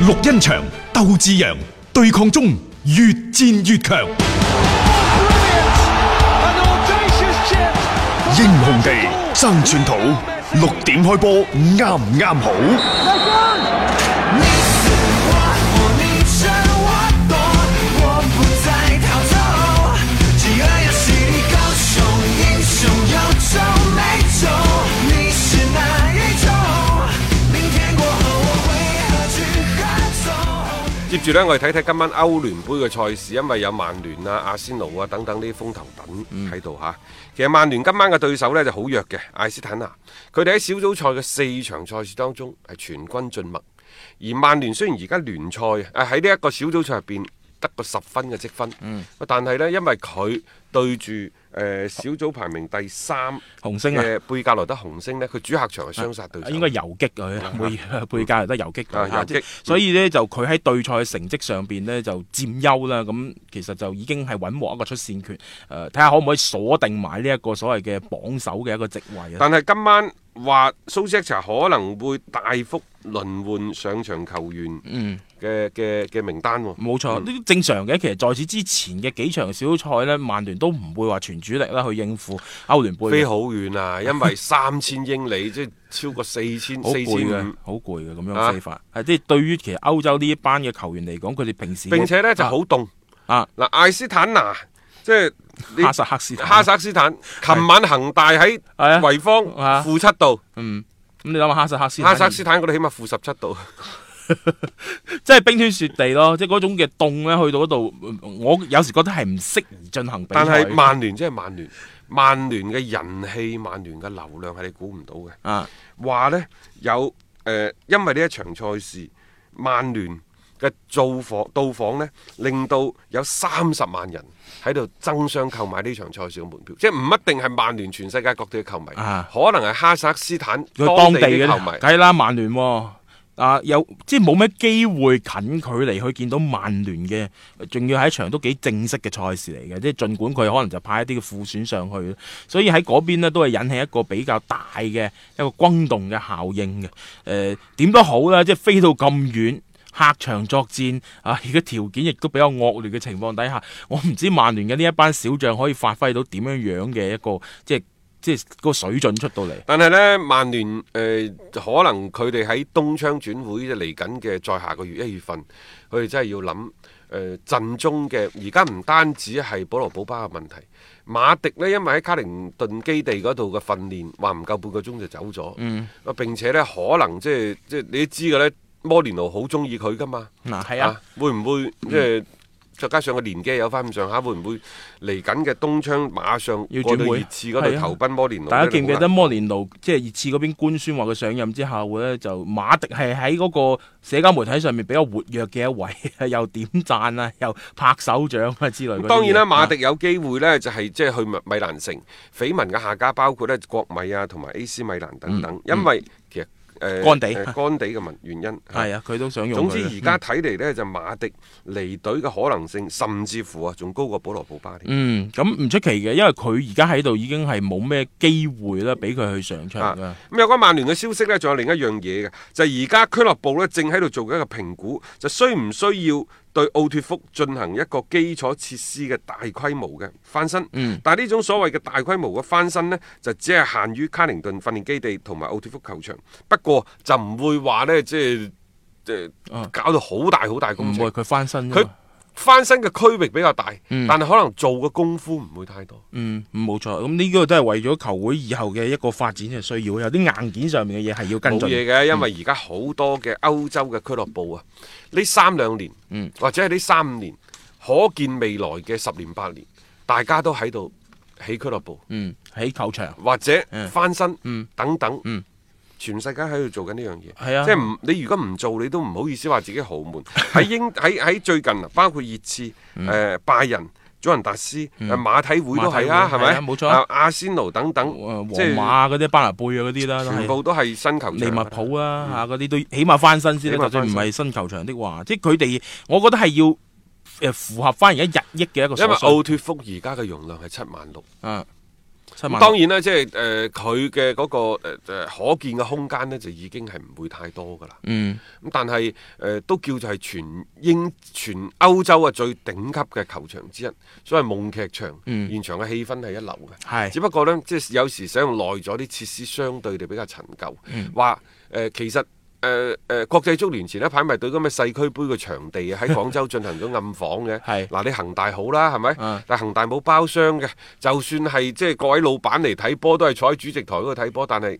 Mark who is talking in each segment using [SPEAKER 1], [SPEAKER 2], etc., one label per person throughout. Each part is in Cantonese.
[SPEAKER 1] 綠茵場鬥志揚，對抗中越戰越強。
[SPEAKER 2] 英雄地爭寸土，六點開波啱唔啱好？
[SPEAKER 3] 接住呢，我哋睇睇今晚歐聯杯嘅賽事，因為有曼聯啊、阿仙奴啊等等呢啲風頭等
[SPEAKER 4] 嗯
[SPEAKER 3] 喺度嚇。其實曼聯今晚嘅對手呢就好弱嘅，艾斯坦拿。啊佢哋喺小組賽嘅四場賽事當中係全軍盡墨，而曼聯雖然而家聯賽啊喺呢一個小組賽入邊得個十分嘅積分，
[SPEAKER 4] 嗯
[SPEAKER 3] 但係呢，因為佢對住誒、呃小組排名第三
[SPEAKER 4] 紅星啊啊
[SPEAKER 3] 嘅貝格萊德紅星呢，佢主客場係雙殺對手。
[SPEAKER 4] 應該游擊啊佢，每貝加爾都游擊佢
[SPEAKER 3] 啊
[SPEAKER 4] 啊
[SPEAKER 3] 游擊
[SPEAKER 4] 所以呢，就佢喺對賽嘅成績上邊呢，就佔優啦。咁其實就已經係穩獲一個出線權，誒睇下可唔可以鎖定埋呢一個所謂嘅榜首嘅一個席位啊。
[SPEAKER 3] 但係今晚話蘇斯查可能會大幅輪換上場球員
[SPEAKER 4] 嗯，
[SPEAKER 3] 嘅嘅嘅名單喎、
[SPEAKER 4] 冇錯，
[SPEAKER 3] 嗯
[SPEAKER 4] 呢啲正常嘅。其實在此之前嘅幾場小組賽呢，曼聯都唔會話全主力啦去應付歐聯杯
[SPEAKER 3] 飛
[SPEAKER 4] 嘅，
[SPEAKER 3] 好遠啊，因為 三千英里即係超過四千
[SPEAKER 4] 好啊
[SPEAKER 3] 四
[SPEAKER 4] 攰
[SPEAKER 3] 千
[SPEAKER 4] 嘅
[SPEAKER 3] 五，，
[SPEAKER 4] 好攰嘅咁
[SPEAKER 3] 啊
[SPEAKER 4] 樣飛法。係即係對於其實歐洲呢一班嘅球員嚟講，佢哋平時
[SPEAKER 3] 並且呢就好凍。
[SPEAKER 4] 啊
[SPEAKER 3] 嗱、艾斯坦拿即係你
[SPEAKER 4] 哈薩克斯坦
[SPEAKER 3] 哈薩克斯坦，琴晚恒大喺
[SPEAKER 4] 係啊
[SPEAKER 3] 維
[SPEAKER 4] 啊
[SPEAKER 3] 方負七度，
[SPEAKER 4] 嗯，咁你諗下哈薩克斯
[SPEAKER 3] 哈
[SPEAKER 4] 坦
[SPEAKER 3] 薩克斯坦嗰度起碼負十七度。
[SPEAKER 4] 即係冰天雪地咯，即係嗰種嘅凍咧，去到嗰度，呃我有時覺得係唔適宜進行比賽
[SPEAKER 3] 但係曼聯即係曼聯，曼聯嘅人氣、曼聯嘅流量係你估唔到嘅。
[SPEAKER 4] 啊，
[SPEAKER 3] 話呢，有誒、呃因為呢一場賽事，曼聯嘅造訪到訪呢，令到有三十萬人喺度爭相購買呢場賽事嘅門票，即係唔一定係曼聯全世界各地嘅球迷，
[SPEAKER 4] 啊
[SPEAKER 3] 可能係哈薩克斯坦
[SPEAKER 4] 佢當
[SPEAKER 3] 當地嘅
[SPEAKER 4] 嘅
[SPEAKER 3] 球迷。
[SPEAKER 4] 梗係啦，曼聯喎啊，有即係冇咩機會近距離去見到曼聯嘅，仲要係一場都幾正式嘅賽事嚟嘅，即係儘管佢可能就派一啲嘅副選上去，所以喺嗰邊呢都係引起一個比較大嘅一個轟動嘅效應嘅。誒、點都好啦，即係飛到咁遠。客場作戰啊，而家條件亦都比較惡劣嘅情況底下，我唔知曼聯嘅呢一班小將可以發揮到點樣樣嘅一個即係即係個水準出到嚟。
[SPEAKER 3] 但係呢，曼聯誒、呃可能佢哋喺東窗轉會嚟緊嘅，再下個月一月份，佢哋真係要諗誒、呃、陣中嘅。而家唔單止係保羅保巴嘅問題，馬迪呢，因為喺卡靈頓基地嗰度嘅訓練，話唔夠半個鐘就走咗。嗯，啊並且呢，可能即係即係你都知嘅呢，摩連奴好中意佢噶嘛。
[SPEAKER 4] 嗱，係啊。，
[SPEAKER 3] 會唔會即係再加上個年紀有翻咁上下，會唔會嚟緊嘅東窗馬上
[SPEAKER 4] 要轉
[SPEAKER 3] 過到
[SPEAKER 4] 會
[SPEAKER 3] 熱刺嗰度
[SPEAKER 4] 係啊
[SPEAKER 3] 投奔摩連奴呢？
[SPEAKER 4] 大家記唔記
[SPEAKER 3] 好
[SPEAKER 4] 得
[SPEAKER 3] 難
[SPEAKER 4] 摩連奴即係熱刺嗰邊官宣話佢上任之後咧，就馬迪係喺嗰個社交媒體上面比較活躍嘅一位， 又點讚啊， 又拍手掌啊之類嗰啲嘢。
[SPEAKER 3] 當然啦，馬
[SPEAKER 4] 啊
[SPEAKER 3] 迪有機會呢，就係即係去米米蘭城緋聞嘅下家，包括呢國米啊同埋 AC 米蘭等等。因為其實誒、呃
[SPEAKER 4] 嗯乾地
[SPEAKER 3] 呃乾地嘅民原 因
[SPEAKER 4] 係啊，佢都想用
[SPEAKER 3] 總
[SPEAKER 4] 佢嘅。嗯
[SPEAKER 3] 之而家睇嚟呢，就馬迪離隊嘅可能性，甚至乎啊仲高過保羅普巴添。
[SPEAKER 4] 嗯，咁唔出奇嘅，因為佢而家喺度已經係冇咩機會啦，俾佢去上場㗎。
[SPEAKER 3] 啊咁有關曼聯嘅消息呢，仲有另一樣嘢嘅，就係而家俱樂部呢，正喺度做緊一個評估，就需唔需要對奧脱福進行一個基礎設施嘅大規模嘅翻新。
[SPEAKER 4] 嗯
[SPEAKER 3] 但係呢種所謂嘅大規模嘅翻新呢，就只係限於卡靈頓訓練基地同埋奧脱福球場，不過就唔會話呢，即係。誒
[SPEAKER 4] 啊
[SPEAKER 3] 搞到好大好大
[SPEAKER 4] 唔
[SPEAKER 3] 工
[SPEAKER 4] 會
[SPEAKER 3] 程，
[SPEAKER 4] 佢翻身㗎嘛。
[SPEAKER 3] 佢翻新嘅區域比較大，
[SPEAKER 4] 嗯
[SPEAKER 3] 但係可能做嘅功夫唔會太多。
[SPEAKER 4] 嗯，冇錯。咁呢個都係為咗球會以後嘅一個發展嘅需要，有啲硬件上面嘅嘢係要跟
[SPEAKER 3] 冇
[SPEAKER 4] 進。嗯
[SPEAKER 3] 嘢嘅，因為而家好多嘅歐洲嘅俱樂部啊，呢三兩年，
[SPEAKER 4] 嗯
[SPEAKER 3] 或者係呢三五年，可見未來嘅十年八年，大家都喺度起俱樂部
[SPEAKER 4] 嗯，喺球場。
[SPEAKER 3] 或者
[SPEAKER 4] 嗯
[SPEAKER 3] 翻身、
[SPEAKER 4] 嗯
[SPEAKER 3] 等等，
[SPEAKER 4] 嗯
[SPEAKER 3] 全世界喺度做緊呢樣嘢。
[SPEAKER 4] 係啊
[SPEAKER 3] 即係唔你如果唔做，你都唔好意思話自己豪 門。喺英喺喺最近啊，包括熱刺、誒、
[SPEAKER 4] 嗯
[SPEAKER 3] 拜仁、祖雲達斯、誒馬體會都係啊，
[SPEAKER 4] 馬體
[SPEAKER 3] 係
[SPEAKER 4] 會係
[SPEAKER 3] 咪？
[SPEAKER 4] 啊冇錯
[SPEAKER 3] 啊阿仙奴等等，即
[SPEAKER 4] 誒
[SPEAKER 3] 係
[SPEAKER 4] 呃皇馬嗰啲、巴拿貝啊嗰啲啦，都係
[SPEAKER 3] 全部都係新球場嗯
[SPEAKER 4] 利物浦啊嚇嗰啲都起碼翻身先
[SPEAKER 3] 起碼
[SPEAKER 4] 啦，就
[SPEAKER 3] 翻身
[SPEAKER 4] 算唔係新球場的話，即係佢哋，我覺得係呃要誒符合翻而家日益嘅一個
[SPEAKER 3] 因為
[SPEAKER 4] 所需。
[SPEAKER 3] 奧脱福而家嘅容量係七萬六，
[SPEAKER 4] 啊七
[SPEAKER 3] 咁
[SPEAKER 4] 萬
[SPEAKER 3] 當然啦，即係誒佢嘅嗰個誒、呃可見嘅空間呢，就已經係唔會太多噶啦。
[SPEAKER 4] 嗯
[SPEAKER 3] 咁但係誒、呃都叫做係全英全歐洲啊最頂級嘅球場之一，所謂夢劇場，
[SPEAKER 4] 嗯
[SPEAKER 3] 現場嘅氣氛係一流嘅。
[SPEAKER 4] 係
[SPEAKER 3] 只不過呢，即係有時使用耐咗啲設施相對地比較陳舊，
[SPEAKER 4] 嗯
[SPEAKER 3] 話誒、呃其實。誒誒、呃，國際足聯前呢，排埋隊咁嘅世俱杯嘅場地啊，喺廣州進行咗暗訪嘅。
[SPEAKER 4] 係
[SPEAKER 3] 嗱，你恒大好啦，係咪？
[SPEAKER 4] 嗯
[SPEAKER 3] 但恒大冇包廂嘅，就算係即係各位老闆嚟睇波，都係坐喺主席台嗰度睇波，但係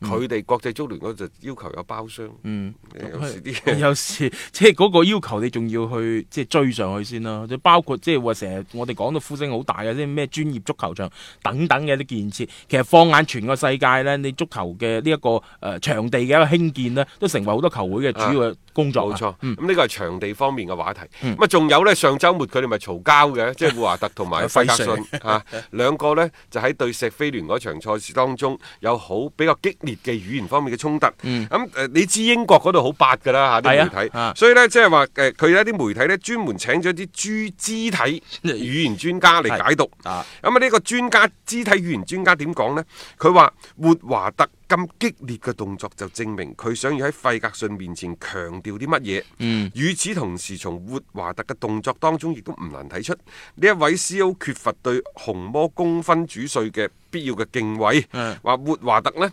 [SPEAKER 3] 佢哋國際足聯嗰度就要求有包廂。
[SPEAKER 4] 嗯。
[SPEAKER 3] 有時啲嘢
[SPEAKER 4] 有時即係嗰個要求，你仲要去即係追上去先啦。即係包括即係話成日我哋講到呼聲好大嘅，即係咩專業足球場等等嘅啲建設。其實放眼全個世界呢，你足球嘅呢一個誒、呃、場地嘅一個興建呢，都成為好多球會嘅主要嘅工作
[SPEAKER 3] 冇
[SPEAKER 4] 啊。
[SPEAKER 3] 錯，
[SPEAKER 4] 嗯
[SPEAKER 3] 咁呢個係場地方面嘅話題。咁啊，仲有呢，上週末佢哋咪嘈交 嘅，即係胡華特同埋費
[SPEAKER 4] 費
[SPEAKER 3] 格
[SPEAKER 4] 城
[SPEAKER 3] 遜 啊，兩個呢就喺對石飛聯嗰場賽事當中有好比較激烈嘅語言方面嘅衝突。咁誒，你知英國嗰度好八㗎啦嚇
[SPEAKER 4] 嗯係啊
[SPEAKER 3] 啲媒
[SPEAKER 4] 啊
[SPEAKER 3] 體，所以呢，即係話誒，佢呢啲媒體呢專門請咗啲肢肢體 語言專家嚟解讀。
[SPEAKER 4] 啊，
[SPEAKER 3] 咁啊，呢個專家肢體語言專家點講呢？佢話活華特咁激烈嘅動作就證明佢想要喺費格遜面前強調啲乜嘢。
[SPEAKER 4] 嗯，
[SPEAKER 3] 與此同時，從活華特嘅動作當中，亦都唔難睇出呢一位 C.O. 缺乏對紅魔公分主帥嘅必要嘅敬畏
[SPEAKER 4] 嗯。
[SPEAKER 3] 話活華特呢，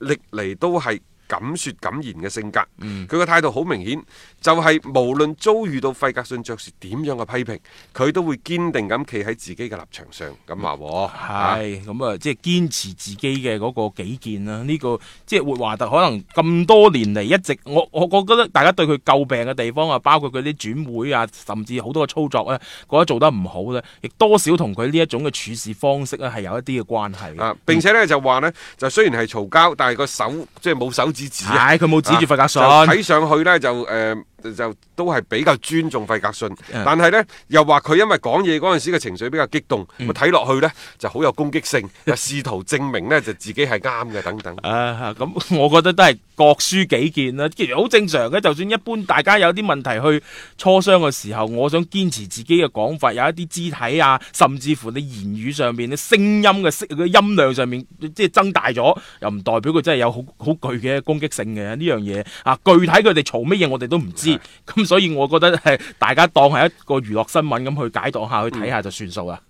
[SPEAKER 3] 歷嚟都係。敢説敢言嘅性格，
[SPEAKER 4] 嗯
[SPEAKER 3] 佢個、態度好明顯，就係、無論遭遇到費格遜爵士點樣嘅批評，佢都會堅定咁企喺自己嘅立場上咁話喎。啊
[SPEAKER 4] 嗯係咁啊，即係堅持自己嘅嗰個己見啦。呢、個即係活華特可能咁多年嚟一直，我我我覺得大家對佢詬病嘅地方啊，包括佢啲轉會啊，甚至好多嘅操作咧，覺得做得唔好咧，亦多少同佢呢一種嘅處事方式咧係有一啲嘅關係嘅。
[SPEAKER 3] 啊！並且呢，就話呢，就雖然係嘈交，但係個手即係冇手指指啊。
[SPEAKER 4] 係佢冇指住費格遜，
[SPEAKER 3] 啊就睇上去呢，就誒、呃就都係比較尊重費格遜，
[SPEAKER 4] 嗯
[SPEAKER 3] 但係呢，又話佢因為講嘢嗰陣時嘅情緒比較激動，
[SPEAKER 4] 嗯
[SPEAKER 3] 咁睇落去呢就好有攻擊 性，又試圖證明呢就自己係啱嘅等等。
[SPEAKER 4] 啊，咁我覺得都係各抒己見啦，其實好正常嘅。就算一般大家有啲問題去磋商嘅時候，我想堅持自己嘅講法，有一啲肢體啊，甚至乎你言語上面、你聲音嘅色嘅音量上面，即係增大咗，又唔代表佢真係有好好具嘅攻擊性嘅呢樣嘢啊。具體佢哋嘈乜嘢，我哋都唔知。 咁所以我覺得係大家當係一個娛樂新聞咁去解讀下，去睇下就算數啦。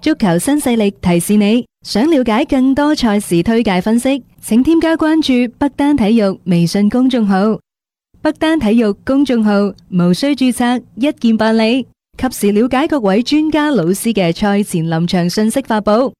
[SPEAKER 5] 足球新勢力提示你，想了解更多賽事推介分析，請添加關注北單體育微信公眾號。北單體育公眾號無需註冊，一鍵辦理，及時了解各位專家老師嘅賽前臨場信息發布。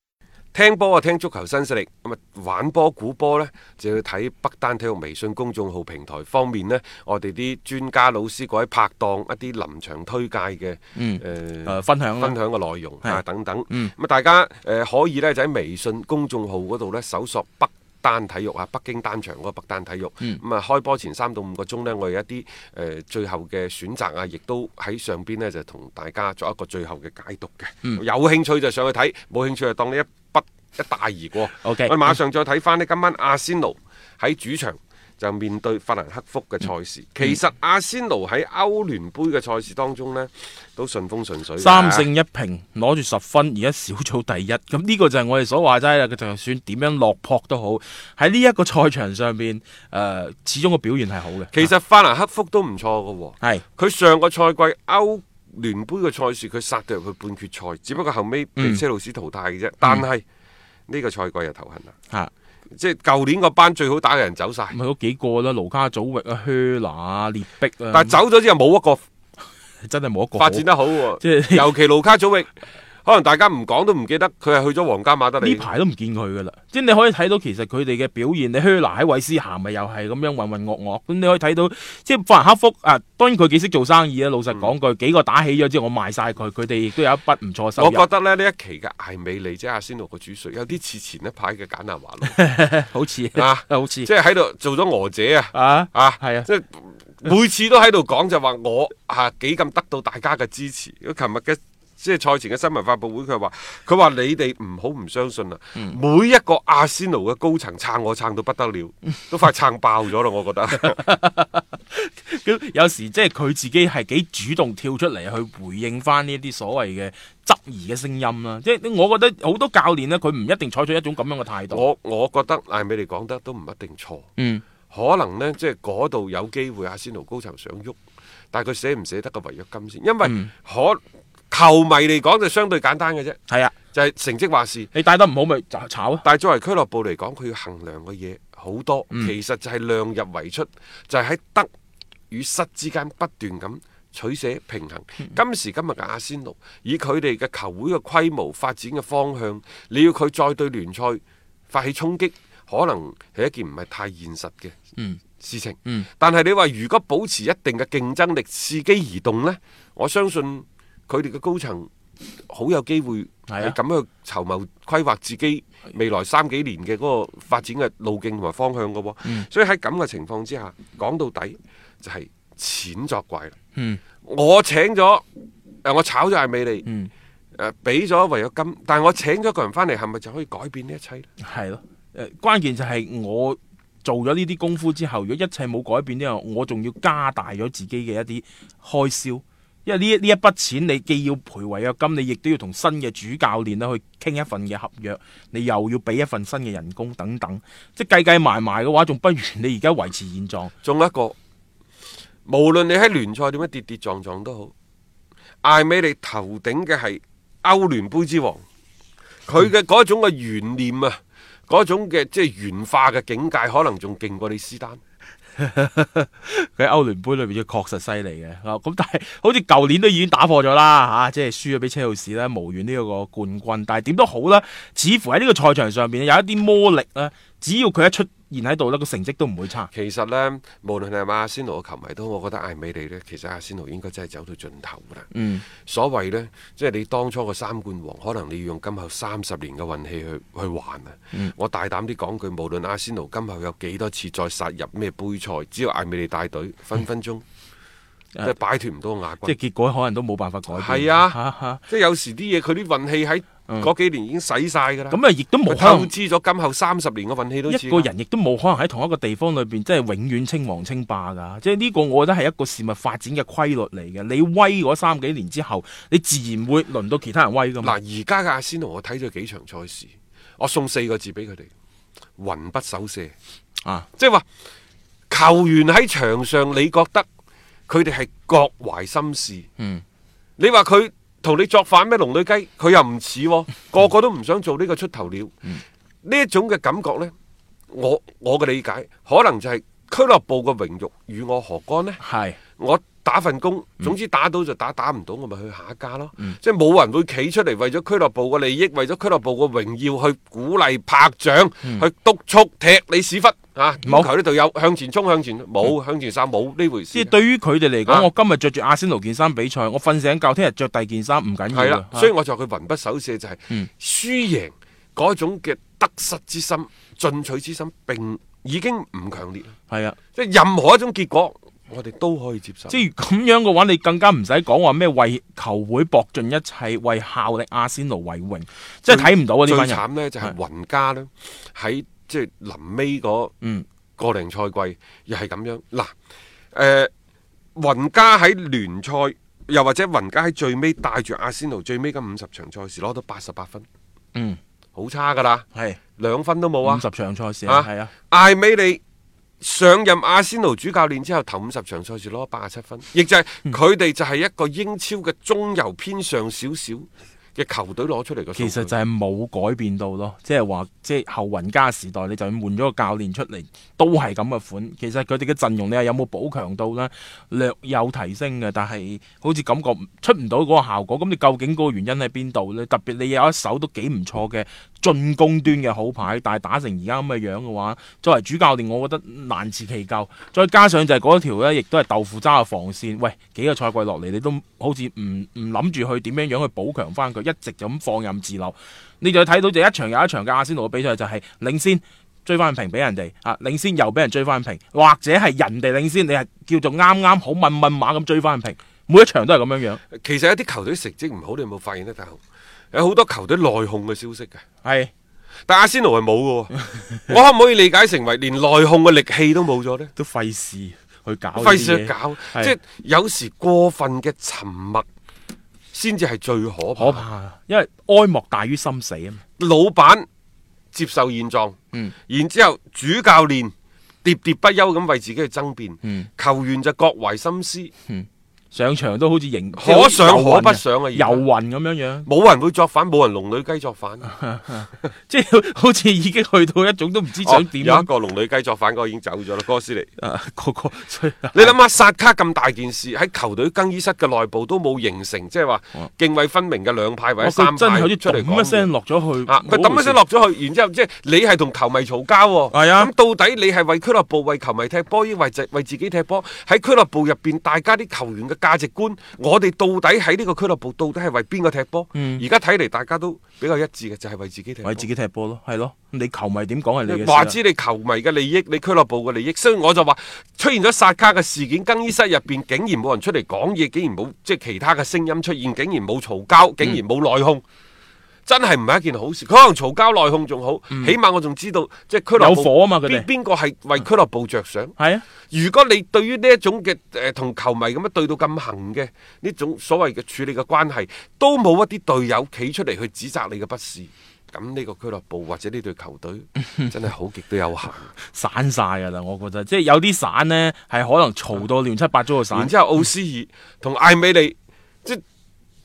[SPEAKER 3] 聽波啊，聽足球新勢力，咁啊玩波估波呢，就要睇北單體育微信公眾號平台方面呢，我哋啲專家老師各位拍檔一啲臨場推介嘅誒。
[SPEAKER 4] 嗯誒、
[SPEAKER 3] 呃
[SPEAKER 4] 分享啦
[SPEAKER 3] 分。享嘅內容
[SPEAKER 4] 係
[SPEAKER 3] 啊等等。咁、
[SPEAKER 4] 嗯
[SPEAKER 3] 大家誒、呃可以呢，就喺微信公眾號嗰度呢，搜索北。單體育啊，北京單場嗰個北單體育，咁啊、
[SPEAKER 4] 嗯
[SPEAKER 3] 開波前三到五個鐘呢，我哋一啲誒、呃最後嘅選擇啊，亦都喺上邊呢，就同大家作一個最後嘅解讀嘅。
[SPEAKER 4] 嗯
[SPEAKER 3] 有興趣就上去睇，冇興趣就當你一筆一帶而 過。
[SPEAKER 4] OK
[SPEAKER 3] 我哋馬上再睇翻呢，今晚阿仙奴喺主場就面對法蘭克福嘅賽
[SPEAKER 4] 嗯
[SPEAKER 3] 事。其實阿仙奴喺歐聯杯嘅賽事當中呢，都順風順水嘅。
[SPEAKER 4] 三勝一平，攞住十分，而家小組第一。 咁呢個就係我哋所話齋啦。佢就算點樣落魄都好，喺呢一個賽場上邊，誒、始終個表現係好嘅。啊
[SPEAKER 3] 其實法蘭克福都唔錯嘅喎，
[SPEAKER 4] 係
[SPEAKER 3] 佢上個賽季歐聯杯嘅賽事佢殺到入去半決賽，只不過後尾
[SPEAKER 4] 嗯
[SPEAKER 3] 被車路士淘汰嘅啫。但係呢個賽季又頭痕啦，
[SPEAKER 4] 嚇，
[SPEAKER 3] 即係舊年個班最好打嘅人走晒，
[SPEAKER 4] 啊咪嗰幾個啦，盧卡祖域啊、靴拿啊、列碧啊，
[SPEAKER 3] 但係走咗之後冇一個
[SPEAKER 4] 真係冇一個好
[SPEAKER 3] 發展得好喎，
[SPEAKER 4] 即 係
[SPEAKER 3] 尤其盧卡祖域。可能大家唔講都唔記得，佢係去咗皇家馬德
[SPEAKER 4] 呢
[SPEAKER 3] 里。
[SPEAKER 4] 排都唔見佢噶啦，即係你可以睇到其實佢哋嘅表現，你靴拿喺韋斯咸咪又係咁樣渾渾噩噩，咁你可以睇到即係法蘭克福啊，當然佢幾識做生意啊。老實講句，幾個打起咗之後，我賣晒佢，佢哋亦都有一筆唔錯嘅收
[SPEAKER 3] 嗯我覺
[SPEAKER 4] 入，
[SPEAKER 3] 得咧呢一期嘅艾美利即係阿仙奴個主帥，有啲似前一排嘅簡拿華 路，
[SPEAKER 4] 好似
[SPEAKER 3] 啊
[SPEAKER 4] 好似
[SPEAKER 3] 即係喺度做咗娥姐啊！
[SPEAKER 4] 啊
[SPEAKER 3] 啊
[SPEAKER 4] 係啊，
[SPEAKER 3] 即係每次都喺度講就話我啊幾咁得到大家嘅支持。因為琴日嘅即係賽前嘅新聞發佈會，佢話佢話你哋唔好唔相信啊！
[SPEAKER 4] 嗯
[SPEAKER 3] 每一個阿仙奴
[SPEAKER 4] 嗯
[SPEAKER 3] 嘅高層撐我撐到不得了，都快撐爆咗啦！我覺得
[SPEAKER 4] 咁有時即係佢自己係幾主動跳出嚟去回應翻呢啲所謂嘅質疑嘅聲音啦。即係我覺得好多教練呢，佢唔一定採取一種咁樣嘅態度。
[SPEAKER 3] 我我覺得艾美利講得都唔一定錯，
[SPEAKER 4] 嗯，
[SPEAKER 3] 可能呢，即係嗰度有機會阿仙奴高層想喐，但係佢捨唔捨得個違約金先，因為
[SPEAKER 4] 嗯
[SPEAKER 3] 可球迷嚟講就相對簡單嘅啫，
[SPEAKER 4] 係啊，
[SPEAKER 3] 就係、成績話事。
[SPEAKER 4] 你帶得唔好咪就炒啊。
[SPEAKER 3] 但係作為俱樂部嚟講，佢要衡量嘅嘢好多，
[SPEAKER 4] 嗯
[SPEAKER 3] 其實就係量入為出，就係喺得與失之間不斷咁取捨平衡。
[SPEAKER 4] 嗯
[SPEAKER 3] 今時今日嘅阿仙奴，以佢哋嘅球會嘅規模、發展嘅方向，你要佢再對聯賽發起衝擊，可能係一件唔係太現實嘅
[SPEAKER 4] 嗯
[SPEAKER 3] 事情。
[SPEAKER 4] 嗯
[SPEAKER 3] 但係你話如果保持一定嘅競爭力，伺機而動呢，我相信佢哋嘅高層好有機會
[SPEAKER 4] 係
[SPEAKER 3] 係
[SPEAKER 4] 啊
[SPEAKER 3] 咁去籌謀規劃自己未來三幾年嘅嗰個發展嘅路徑同埋方向嘅喎。
[SPEAKER 4] 嗯
[SPEAKER 3] 所以喺咁嘅情況之下，講到底就係錢作怪啦。
[SPEAKER 4] 嗯
[SPEAKER 3] 我請咗誒，我炒咗艾美利，
[SPEAKER 4] 嗯，
[SPEAKER 3] 誒俾咗違約金，但係我請咗一個人翻嚟，係咪就可以改變呢一切呢？
[SPEAKER 4] 係咯。誒，關鍵就係我做咗呢啲功夫之後，如果一切冇改變之後，我仲要加大咗自己嘅一啲開銷。因為呢一呢一筆錢，你既要賠違約金，你亦都要同新嘅主教練咧去傾一份嘅合約，你又要俾一份新嘅人工等等，即係計計埋埋嘅話，仲不如你而家維持現狀。
[SPEAKER 3] 仲有一個，無論你喺聯賽點樣跌跌撞撞都好，艾美利頭頂嘅係歐聯杯之王，佢嘅嗰種嘅懸念啊，嗰種嘅即係原化嘅境界，可能仲勁過你斯丹。
[SPEAKER 4] 佢喺歐聯杯裏邊確實犀利嘅，啊咁但係好似舊年都已經打破咗啦，嚇、即係輸咗俾車路士啦，無緣呢個冠軍。但係點都好啦，似乎喺呢個賽場上邊有一啲魔力咧，只要佢一出現喺度咧，個成績都唔會差。
[SPEAKER 3] 其實呢，無論係咪阿仙奴嘅球迷都好，我覺得艾美利呢，其實阿仙奴應該真係走到盡頭㗎啦。
[SPEAKER 4] 嗯，
[SPEAKER 3] 所謂呢，即係你當初個三冠王，可能你要用今後三十年嘅運氣去去還啊！
[SPEAKER 4] 嗯
[SPEAKER 3] 我大膽啲講句，無論阿仙奴今後有幾多次再殺入咩杯賽，只要艾美利帶隊，分分鐘即係擺脱唔到亞
[SPEAKER 4] 嗯即
[SPEAKER 3] 軍。
[SPEAKER 4] 係結果可能都冇辦法改變。
[SPEAKER 3] 係啊
[SPEAKER 4] 嚇嚇
[SPEAKER 3] 即係有時啲嘢，佢啲運氣喺嗰幾年已經使晒㗎啦。
[SPEAKER 4] 嗯咁啊，亦都冇
[SPEAKER 3] 佢
[SPEAKER 4] 可能
[SPEAKER 3] 透支咗今後三十年嘅運氣都似㗎
[SPEAKER 4] 一個人亦都冇可能喺同一個地方裏邊，即係永遠稱王稱霸㗎。即係呢個，我覺得係一個事物發展嘅規律嚟嘅。你威嗰三幾年之後，你自然會輪到其他人威㗎
[SPEAKER 3] 嗱，
[SPEAKER 4] 嘛。
[SPEAKER 3] 而家嘅阿仙奴，我睇咗幾場賽事，我送四個字俾佢哋：魂不守舍。
[SPEAKER 4] 啊，
[SPEAKER 3] 即係話球員喺場上，你覺得佢哋係各懷心事。
[SPEAKER 4] 嗯，
[SPEAKER 3] 你話佢同你作反咩龍女雞，佢又唔似、喎，個個都唔想做呢個出頭鳥。呢一、種嘅感覺呢，我我嘅理解可能就係俱樂部嘅榮辱與我何干呢？
[SPEAKER 4] 係。
[SPEAKER 3] 我打份工，
[SPEAKER 4] 嗯
[SPEAKER 3] 總之打到就打，打唔到我咪去下一家咯。即係冇人會企出嚟為咗俱樂部嘅利益，為咗俱樂部嘅榮耀去鼓勵拍掌，去督促踢你屎忽啊！
[SPEAKER 4] 嗯冇
[SPEAKER 3] 要求啲隊友向前衝，向前冇向前殺冇呢回事
[SPEAKER 4] 即係
[SPEAKER 3] 嘅。
[SPEAKER 4] 對於佢哋嚟講，
[SPEAKER 3] 啊
[SPEAKER 4] 我今日着住阿仙奴件衫比賽，我瞓醒覺，聽日着第二件衫唔緊要
[SPEAKER 3] 係
[SPEAKER 4] 㗎。
[SPEAKER 3] 啦，
[SPEAKER 4] 啊
[SPEAKER 3] 所以我就話佢魂不守舍就係
[SPEAKER 4] 嗯
[SPEAKER 3] 輸贏嗰種嘅得失之心、進取之心，並已經唔強烈啦。
[SPEAKER 4] 係啊，
[SPEAKER 3] 即係任何一種結果，我哋都可以接受。
[SPEAKER 4] 即係咁樣嘅話，你更加唔使講話咩為球會搏盡一切，為效力阿仙奴為榮，即係睇唔到啊呢
[SPEAKER 3] 最
[SPEAKER 4] 班人。
[SPEAKER 3] 慘呢就係
[SPEAKER 4] 係
[SPEAKER 3] 雲家呢，喺即係臨尾嗰
[SPEAKER 4] 嗯
[SPEAKER 3] 個零賽季又係咁樣。嗱，誒、呃、雲家喺聯賽，又或者雲家喺最尾帶住阿仙奴最尾嗰五十場賽事攞到八十八分，
[SPEAKER 4] 嗯，
[SPEAKER 3] 好差㗎啦，
[SPEAKER 4] 係
[SPEAKER 3] 兩分都冇
[SPEAKER 4] 五
[SPEAKER 3] 啊
[SPEAKER 4] 十！場賽事
[SPEAKER 3] 啊
[SPEAKER 4] 係啊，
[SPEAKER 3] 艾美利上任阿仙奴主教練之後，頭五十場賽事攞八十七分，亦就係
[SPEAKER 4] 嗯
[SPEAKER 3] 佢哋就係一個英超嘅中游偏上少少嘅球隊攞出嚟嘅數據。
[SPEAKER 4] 其實就係冇改變到咯，即係話即係後雲加時代，你就算換咗個教練出嚟，都係咁嘅款。其實佢哋嘅陣容你係有冇補強到呢？略有提升嘅，但係好似感覺唔出唔到嗰個效果。咁你究竟嗰個原因喺邊度呢？特別你有一手都幾唔錯嘅進攻端嘅好牌，但係打成而家咁嘅樣嘅話，作為主教練，我覺得難辭其咎。再加上就係嗰條呢，亦都係豆腐渣嘅防線。喂，幾個賽季落嚟，你都好似唔唔諗住去點樣樣去補強翻佢，一直就咁放任自流。你就睇到就一場又一場嘅阿仙奴嘅比賽就係領先。追翻平俾人哋啊，領先又俾人追翻平，或者係人哋領先，你係叫做啱啱好問問馬咁追翻平，每一場都係咁樣樣，
[SPEAKER 3] 其實有啲球隊成績唔好，你有冇發現呢？大雄有好多球隊內控嘅消息嘅，
[SPEAKER 4] 係
[SPEAKER 3] 但阿 仙奴係冇嘅喎。我可唔可以理解成為連內控嘅力氣都冇咗呢？
[SPEAKER 4] 都費事。去搞呢啲嘢。
[SPEAKER 3] 費事去搞，
[SPEAKER 4] 係
[SPEAKER 3] 即係有時過分嘅沉默先至係最可怕。
[SPEAKER 4] 可怕，因為哀莫大於心死啊嘛。
[SPEAKER 3] 老闆接受現狀，
[SPEAKER 4] 嗯
[SPEAKER 3] 然之後主教練喋喋不休咁為自己去爭辯，
[SPEAKER 4] 嗯
[SPEAKER 3] 球員就各懷心思，
[SPEAKER 4] 上場都好似形
[SPEAKER 3] 可上可不上啊而家
[SPEAKER 4] 遊魂咁樣樣，
[SPEAKER 3] 冇人會作反，冇人龍女雞作 反。
[SPEAKER 4] 即係 好似已經去到一種都唔知想點
[SPEAKER 3] 哦
[SPEAKER 4] 啊
[SPEAKER 3] 有一
[SPEAKER 4] 樣。
[SPEAKER 3] 個龍女雞作反嗰個已經走咗啦，哥斯尼。
[SPEAKER 4] 啊個個所以啊
[SPEAKER 3] 你諗下薩卡咁大件事喺球隊更衣室嘅內部都冇形成，即係話泾渭分明嘅兩派或者
[SPEAKER 4] 我
[SPEAKER 3] 三
[SPEAKER 4] 哦佢真
[SPEAKER 3] 派
[SPEAKER 4] 係好似
[SPEAKER 3] 出嚟
[SPEAKER 4] 咚
[SPEAKER 3] 講
[SPEAKER 4] 一聲
[SPEAKER 3] 嘢。
[SPEAKER 4] 落咗去，
[SPEAKER 3] 啊！佢抌
[SPEAKER 4] 冇回
[SPEAKER 3] 一聲
[SPEAKER 4] 事
[SPEAKER 3] 落咗去，然之後即係你係同球迷嘈交喎。
[SPEAKER 4] 係啊
[SPEAKER 3] 咁到底你係為俱樂部、為球迷踢波，抑或就為自己踢波？喺俱樂部入邊，大家啲球員嘅價值觀，我哋到底喺呢個俱樂部到底係為邊個踢波？
[SPEAKER 4] 嗯
[SPEAKER 3] 而家睇嚟大家都比較一致嘅，就係為自己踢波。
[SPEAKER 4] 為自己踢波咯，係咯。你球迷點講係你嘅事啊啦
[SPEAKER 3] 話知你球迷嘅利益，你俱樂部嘅利益，所以我就話出現咗薩卡嘅事件，更衣室入邊竟然冇人出嚟講嘢，竟然冇即係其他嘅聲音出現，竟然冇嘈交，竟
[SPEAKER 4] 嗯
[SPEAKER 3] 然冇內訌。真係唔係一件好事，佢可能嘈交內訌仲好，起碼我仲知道即係俱樂部
[SPEAKER 4] 嗯有火啊嘛佢
[SPEAKER 3] 邊
[SPEAKER 4] 哋
[SPEAKER 3] 邊個係為俱樂部着想？
[SPEAKER 4] 係啊，
[SPEAKER 3] 如果你對於呢一種嘅誒同球迷咁樣對到咁行嘅呢種所謂嘅處理嘅關係，都冇一啲隊友企出嚟去指責你嘅不 是，咁呢個俱樂部或者呢隊球隊真係好極都有限。
[SPEAKER 4] 散晒㗎啦，我覺得即係有啲散呢，係可能嘈到亂七八糟嘅散
[SPEAKER 3] 然。之後奧斯爾同艾美利，即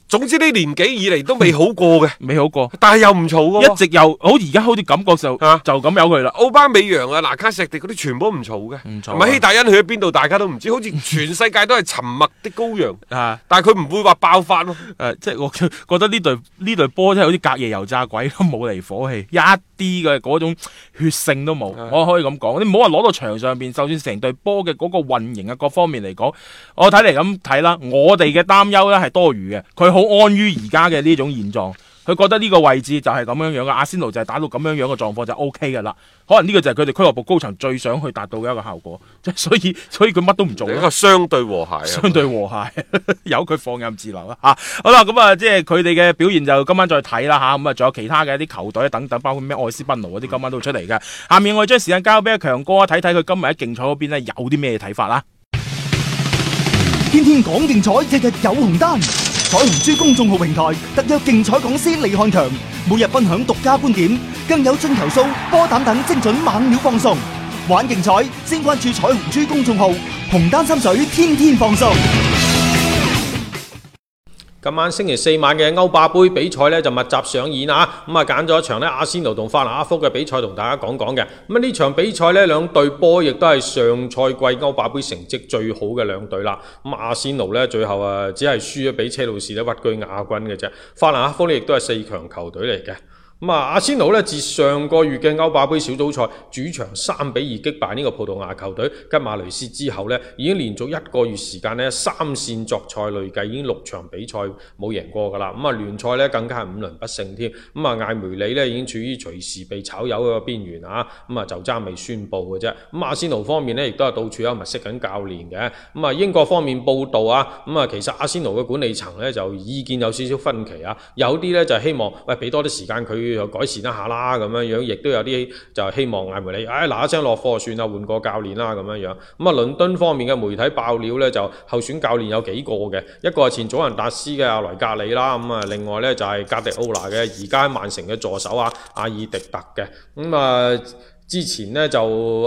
[SPEAKER 3] 總之呢年紀以嚟都未好過嘅，
[SPEAKER 4] 未好過，
[SPEAKER 3] 但係又唔嘈嘅
[SPEAKER 4] 一
[SPEAKER 3] 喎。
[SPEAKER 4] 直又好而家好似感覺就就
[SPEAKER 3] 啊
[SPEAKER 4] 咁有佢啦。
[SPEAKER 3] 奧巴美揚啊、拿卡石迪嗰啲全部都唔嘈嘅，
[SPEAKER 4] 唔嘈啊
[SPEAKER 3] 同埋希大恩去咗邊度大家都唔知，好似全世界都係沉默的羔羊，
[SPEAKER 4] 啊！
[SPEAKER 3] 但係佢唔會話爆發咯。
[SPEAKER 4] 誒、呃即係我覺得呢隊呢隊波真係好似隔夜油炸鬼咁，冇嚟火氣，一啲嘅嗰種血性都冇。我可以咁講，你唔好話攞到場上邊，就算成隊波嘅嗰個運營啊各方面嚟講，我睇嚟咁睇啦，我哋嘅擔憂咧係多餘嘅。佢好安於而家嘅呢種現狀，佢覺得呢個位置就係咁樣樣嘅，阿仙奴就係打到咁樣樣嘅狀況就 O K 㗎啦。可能呢個就係佢哋俱樂部高層最想去達到嘅一個效果，即係所以 所以佢乜都唔 做
[SPEAKER 3] 一
[SPEAKER 4] 啦
[SPEAKER 3] 個相對和諧啊，
[SPEAKER 4] 相對和諧，由佢放任自流啦嚇、好啦，咁啊，即係佢哋嘅表現就今晚再睇啦嚇。咁啊，仲有其他嘅一啲球隊等等，包括咩愛斯賓奴嗰啲，今晚都會出嚟嘅。下面我哋將時間交俾阿強哥啊，睇睇佢今日喺競彩嗰邊咧有啲咩睇法啦。
[SPEAKER 6] 天天講競彩，日日有紅單。彩虹珠公眾號平台特約競彩講師李漢強，每日分享獨家觀點，更有進球數、波膽等精準猛料放送。玩競彩，先關注彩虹珠公眾號，紅單心水，天天放送。
[SPEAKER 7] 今晚星期四晚嘅歐霸杯比賽呢，就密集上演啊！咁啊揀咗一場呢，阿仙奴同法蘭克福嘅比賽同大家講講嘅。咁啊呢場比賽呢，兩隊波亦都係上賽季歐霸杯成績最好嘅兩隊啦。咁阿仙奴呢，最後啊只係輸咗俾車路士呢，屈居亞軍嘅啫。法蘭克福呢，亦都係四強球隊嚟嘅。咁啊，阿仙奴咧自上個月嘅歐霸杯小組賽主場三比二擊敗呢個葡萄牙球隊吉馬雷斯之後咧，已經連續一個月時間咧三線作賽累計已經六場比賽冇贏過㗎啦。咁啊聯賽咧更加係五輪不勝添。咁啊艾梅里咧已經處於隨時被炒魷嘅邊緣啊。咁啊就爭未宣佈嘅啫。咁阿仙奴方面咧亦都係到處有物色緊教練嘅。咁啊英國方面報道啊，咁啊其實阿仙奴嘅管理層咧就意見有少少分歧啊，有啲咧就希望喂俾多啲時間佢又改善一下啦咁樣樣，亦都有啲就希望艾梅里，唉嗱一聲落課算啦，換個教練啦咁樣樣。咁啊，倫敦方面嘅媒體爆料咧，就候選教練有幾個嘅，一個係前祖雲達斯嘅阿萊格里啦，咁啊，另外咧就係格迪奧拿嘅而家喺曼城嘅助手啊，阿爾迪特嘅，咁啊。之前呢，就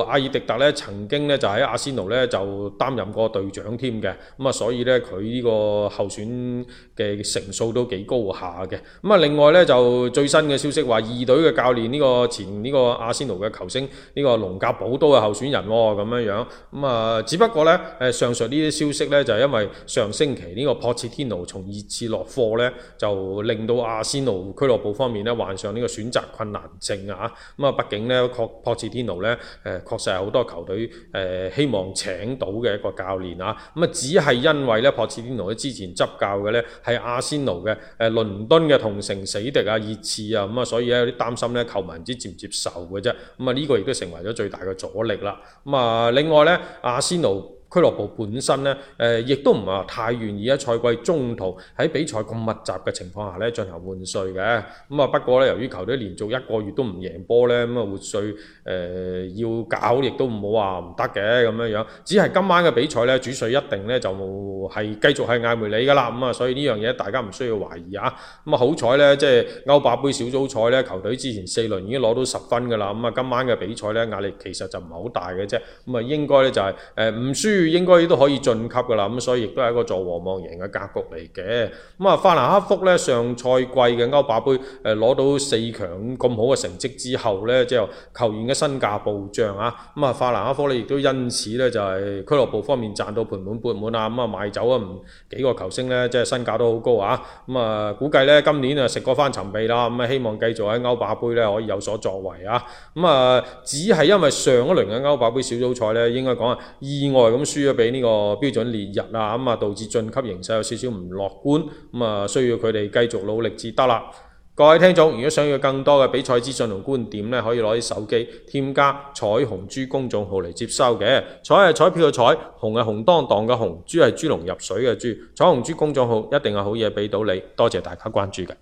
[SPEAKER 7] 阿爾迪特咧曾經咧就喺阿仙奴咧就擔任過隊長添嘅，咁啊所以咧佢呢個候選嘅成數都幾高下嘅。咁啊另外咧就最新嘅消息話，二隊嘅教練呢、個前呢、個阿仙奴嘅球星呢、個龍格堡都係候選人喎、咁樣樣。咁啊只不過咧誒上述呢啲消息咧就因為上星期呢個波切天奴從熱刺落課咧，就令到阿仙奴俱樂部方面咧患上呢個選擇困難症啊。咁啊，畢竟咧，確破切天奴咧，誒、確實係好多球隊誒、呃希望請到嘅一個教練啊。咁啊，只係因為咧，破切天奴咧之前執教嘅咧係阿仙奴嘅誒倫敦嘅同城死敵啊、熱刺啊，咁啊，所以咧有啲擔心咧，球迷唔知接唔接受嘅啫。咁啊，呢個亦都成為咗最大嘅阻力啦。咁啊，另外咧，阿仙奴。俱樂部本身呢，誒、呃亦都唔係話太願意喺賽季中途喺比賽咁密集嘅情況下呢進行換帥嘅。咁啊，不過呢，由於球隊連續一個月都唔贏波呢，咁啊換帥誒、要搞亦都唔好話唔得嘅咁樣樣。只係今晚嘅比賽呢，主帥一定呢就係繼續係艾梅里噶啦。咁啊，所以呢樣嘢大家唔需要懷疑啊。咁啊，好彩呢，即係歐霸杯小組賽呢，球隊之前四輪已經攞到十分㗎啦。咁啊，今晚嘅比賽呢，壓力其實就唔係好大嘅啫。咁啊，應該呢就係誒唔輸，應該都可以晉級㗎啦。咁所以亦都係一個坐和望贏嘅格局嚟嘅。咁啊，法蘭克福呢，上賽季嘅歐霸杯誒攞到四強咁好嘅成績之後呢，之後球員嘅身價暴漲啊。咁啊，法蘭克福呢，亦都因此呢，就係、俱樂部方面賺到盆滿缽滿啊。咁啊，賣走啊唔幾個球星呢，即係身價都好高啊。咁啊，估計呢，今年啊食過翻尋味啦，咁啊希望繼續喺歐霸杯呢可以有所作為啊。咁啊，只係因為上一輪嘅歐霸杯小組賽呢，應該講係意外咁輸咗俾呢個標準列日啊，咁啊導致晉級形勢有少少唔樂觀，咁啊需要佢哋繼續努力至得啦。各位聽眾，如果想要更多嘅比賽資訊同觀點呢，可以攞起手機添加彩虹豬公眾號嚟接收嘅。彩係彩票嘅彩，紅係紅當當嘅紅，豬係豬籠入水嘅豬。彩虹豬公眾號一定係好嘢俾到你，多謝大家關注嘅。